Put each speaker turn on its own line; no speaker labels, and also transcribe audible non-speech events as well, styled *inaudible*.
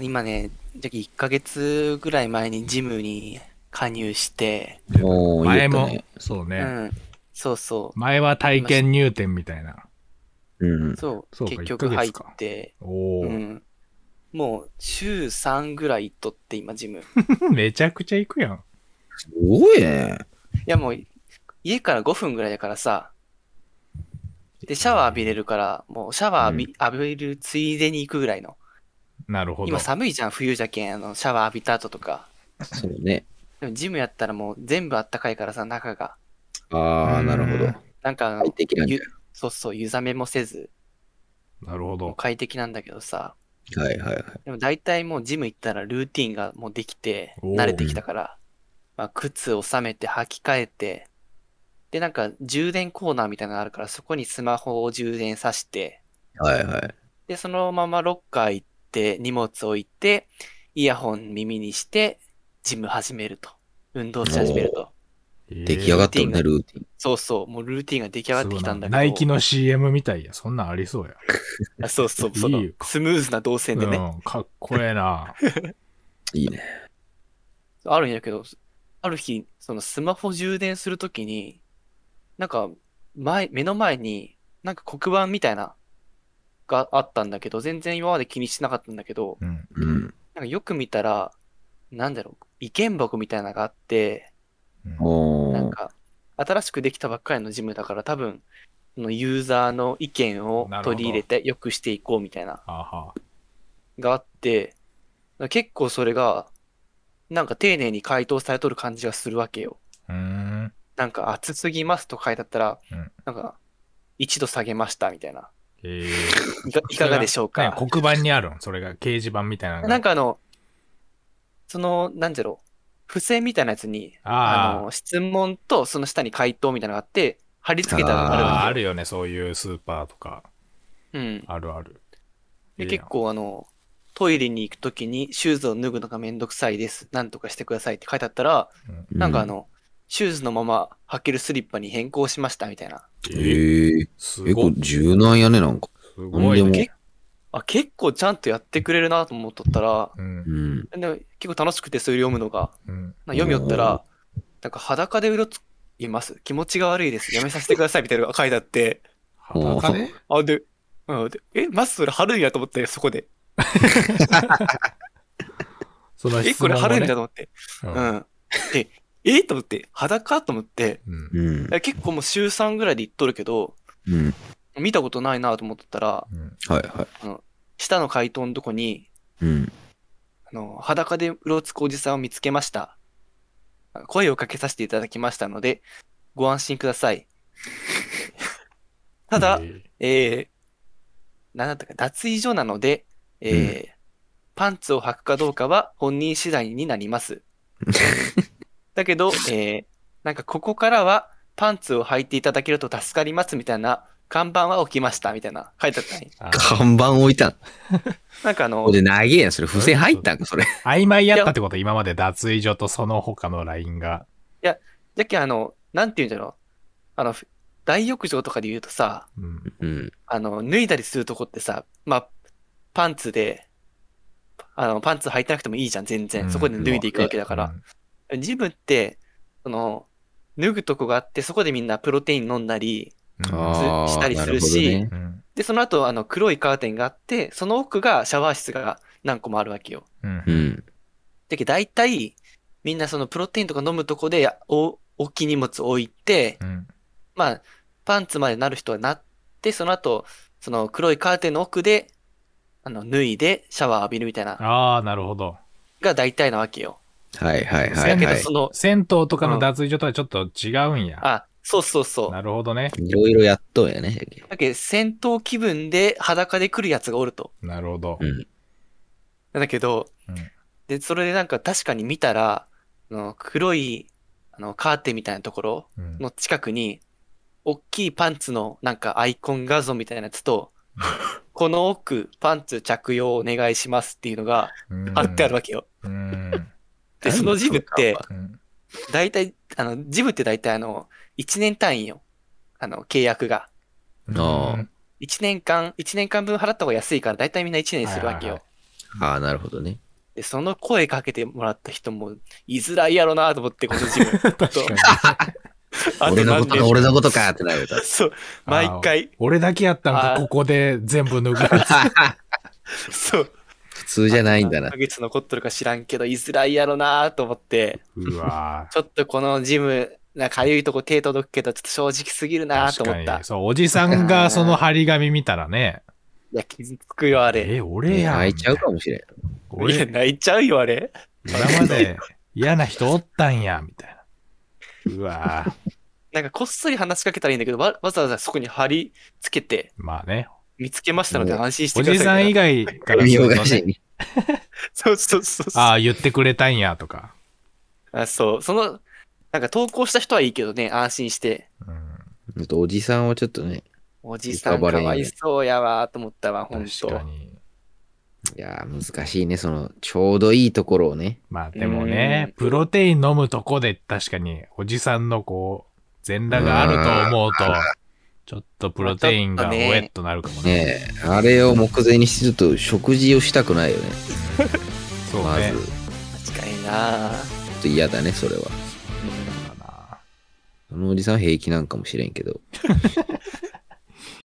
今ね、じゃあ1ヶ月ぐらい前にジムに加入して、
おー、
前
言った
も
ね。、
そう
う
ね。
ん、そうそ
前は体験入店みたいな。
うん
う、。そ
そう
う、結
か1
局
ヶ
入っ
月か
て、
お
う
ー。
ん、もう週3ぐらい行っとって、今、ジム。い *laughs*
めちゃくちゃ行くやん。
すごいね。
や、もう、家から5分ぐらいだからさ、で、シャワー浴びれるから、もうシャワー浴び,、浴びるついでに行くぐらいの。
なるほど
今。寒いじゃん、冬じゃけん、あの、シャワー浴びた後とか。
そうね。
でもジムやったらもう全部あったかいからさ、中が。
あ
う
あ、
ん
なるほど。
なんかあの
快、適なんだ
ゆそうそう、湯冷めもせず、
なるほ
もう
ど。
快適なんだけどさ、
はいはいはい。
でも大体もうジム行ったらルーティンがもうできて、
おー
慣れてきたから、まあ、靴を収めて履き替えて、で、なんか充電コーナーみたいなのがあるから、そこにスマホを充電さして、
はいはい。
で、そのままロッカー行って、荷物置いて、イヤホン耳にして、ジム始めると。運動し始めると。
出来上が
っ
ったのね、ルーティン。
そうそう、もうルーティンが出来上がってきたんだけど。
ナイキの CM みたいや。そんなんありそうや。
あそうそう、その
いいよ
スムーズな動線でね、
うん、かっこええな。
いいね。
あるんやけど、ある日、そのスマホ充電するときに、なんか、前、目の前に、なんか黒板みたいな、があったんだけど、全然今まで気にしてなかったんだけど、
うん。
うん。
なんかよく見たら、なんだろう、意見箱みたいなのがあって、
うん
お
なん
ー。
か、新しくできたばっかりのジムだから、多分、そのユーザーの意見を取り入れて良くしていこうみたいな、
あは。
があって、結構それが、なんか丁寧に回答されとる感じがするわけよ。
うーん。
なんか熱すぎますと書いてあったら、
うん
なんか、一度下げましたみたいな。
ええ
いかいかがでしょうか。
ね黒板にあるんそれが掲示板みたいなのが
なんかあの、その、なんじゃろう、付箋みたいなやつに、あ
あ
の、質問とその下に回答みたいなのがあって、貼り付けたの
あ
があるわけ
あ
よ
あるよね、そういうスーパーとか。
うん。
あるある。
で
いいやん
結。構あの、トイレに行くときにシューズを脱ぐのがめんどくさいです。なんとかしてくださいって書いてあったら、なんかあの、シューズのまま履けるスリッパに変更しましたみたいな。
うん。ええ。
す
結
ご
構
い。
柔軟やね、なんか。
すごい
なんで
ね。
も
けあ、結構ちゃんとやってくれるなと思っとったら、
うん。
うん。
でも結構楽しくてそれ読むのが、
うん。
なんか読みよったら、なんか裸でうろついます。気持ちが悪いです。やめさせてくださいみたいなのが *laughs* 書いてあって、
裸で
あ、で、うん、でえ、まずそれ貼るんやと思って、そこで。
その
え、
質
こ
問
れ
もね
貼るんだと思って。
う
うんん。で、えと思って、裸と思って、
うん。
うん。
結構もう週3ぐらいで行っとるけど、
うん。
見たことないなと思っとったら、
うん
はいはい。
下の回答のとこに、
うん。
あの、裸でうろつくおじさんを見つけました。声をかけさせていただきましたので、ご安心ください。 *laughs* ただ、
えー
えー、なんだったか、脱衣所なので、えーパンツを履くかどうかは本人次第になります。だけど、えー、なんかここからはパンツを履いていただけると助かりますみたいな看板は置きましたみたいな書いてあったね。
あ
看板置いたん。
なんかあの
こ、れ長えやん、それ。付箋入ったんか、それ。
曖昧やったってこと今まで脱衣所とその他のラインが。
じゃっけんあの、なんて言うんだろう。あの、ふ大浴場とかで言うとさ、
うん。
うん。
あの、脱いだりするとこってさ、まあ、パンツで、あの、パンツ履いてなくてもいいじゃん、全
う
然。
ん
そこで脱いでいくわけだから。ジムって、その、脱ぐとこがあって、そこでみんなプロテイン飲んだり、
うん。うん
ああ。
したりするし
なほどね
うん。
で、その後、あの、黒いカーテンがあって、その奥がシャワー室が何個もあるわけよ。
うん。
うん。
だけど、大体、みんなそのプロテインとか飲むとこで、お、大きい荷物置いて、
うん。
まあ、パンツまでなる人はなって、その後、その黒いカーテンの奥で、あの、脱いでシャワー浴びるみたいな、
ああ、なるほど。
が大体なわけよ。
はいはいは
だ
い
けど、
はい
そ。の、
銭湯とかの脱衣所とはちょっと違うんや。
あ、そうそうそう。
なるほどね。
いろいろやっとんやね。
だけど、戦闘気分で裸で来るやつがおると。
なるほど
う。ん。
だけど
うん、
で、それでなんか確かに見たら、あの黒い、あの、カーテンみたいなところ
うん
の近くに、大きいパンツのなんかアイコン画像みたいなやつ
*laughs*
と、この奥、パンツ着用お願いしますっていうのが貼ってあるわけよ。
うん。
で、そのジムって、
うん
大体、あの、ジムって大体あの、1年単位よ。あの、契約が。
うん
ああ
1年間、1年間分払った方が安いから、大体みんな1年にするわけよ。
ああ、なるほどね。
で、その声かけてもらった人も、居づらいやろなと思って、この自
*laughs*
分。
確かに。
あと
俺の
何
こと、
年
俺のことかってな
*laughs*
ると
そう、毎回、
俺だけやったん
あ
か、
ー
ここで全部脱ぐ。
*laughs* そう。
普通じゃないんだな
何ヶ。月残っとるか知らんけど、居づらいやろなと思って、
うわ
ちょっとこのジム、なんかゆいとこ手届くけど、ちょっと正直すぎる
ー
なと
確
思
か
っ
に
た。い。
そう、おじさんがその張り紙見たらね。
や、傷つくよ、あれ。
え、俺
ね
やん。
泣いちゃうかもしれん。
いや、
俺、
泣いちゃうよ、あれ。
今まで嫌な人おったんや、みたいな。うわー
なんかこっそり話しかけたらいいんだけど、わわざわざそこに貼り付けて、
まあね。
見つけましたので安心して
お
くだ
じさ
さい
ん以
み
外から
見
すると
逃し
ね。
に。
たい *laughs* な。そうそうそうそう。
ああ、言ってくれたんや、とか。
あそう、その、なんか投稿した人はいいけどね、安心して。
うん
ちょっとおじさんはちょっとね、
おじさん
ネ
か
タバレ
わいそうやわと思ったわ、ほん
確
と
か。に。
いやー、難しいね。その、ちょうどいいところをね。
まあでもね、プロテイン飲むとこで確かにおじさんのこう、全裸があると思うと、ちょっとプロテインが
ま
ウ
あちょっとね
ェッとなるかもね。
ねえ、あれを目前にしてちょっと食事をしたくないよね。
そう
ま
ね
ず。。
確かにな
ちょっと嫌だね、それ
う
は。
ん
かな
そのおじさんは平気なんかもしれんけど。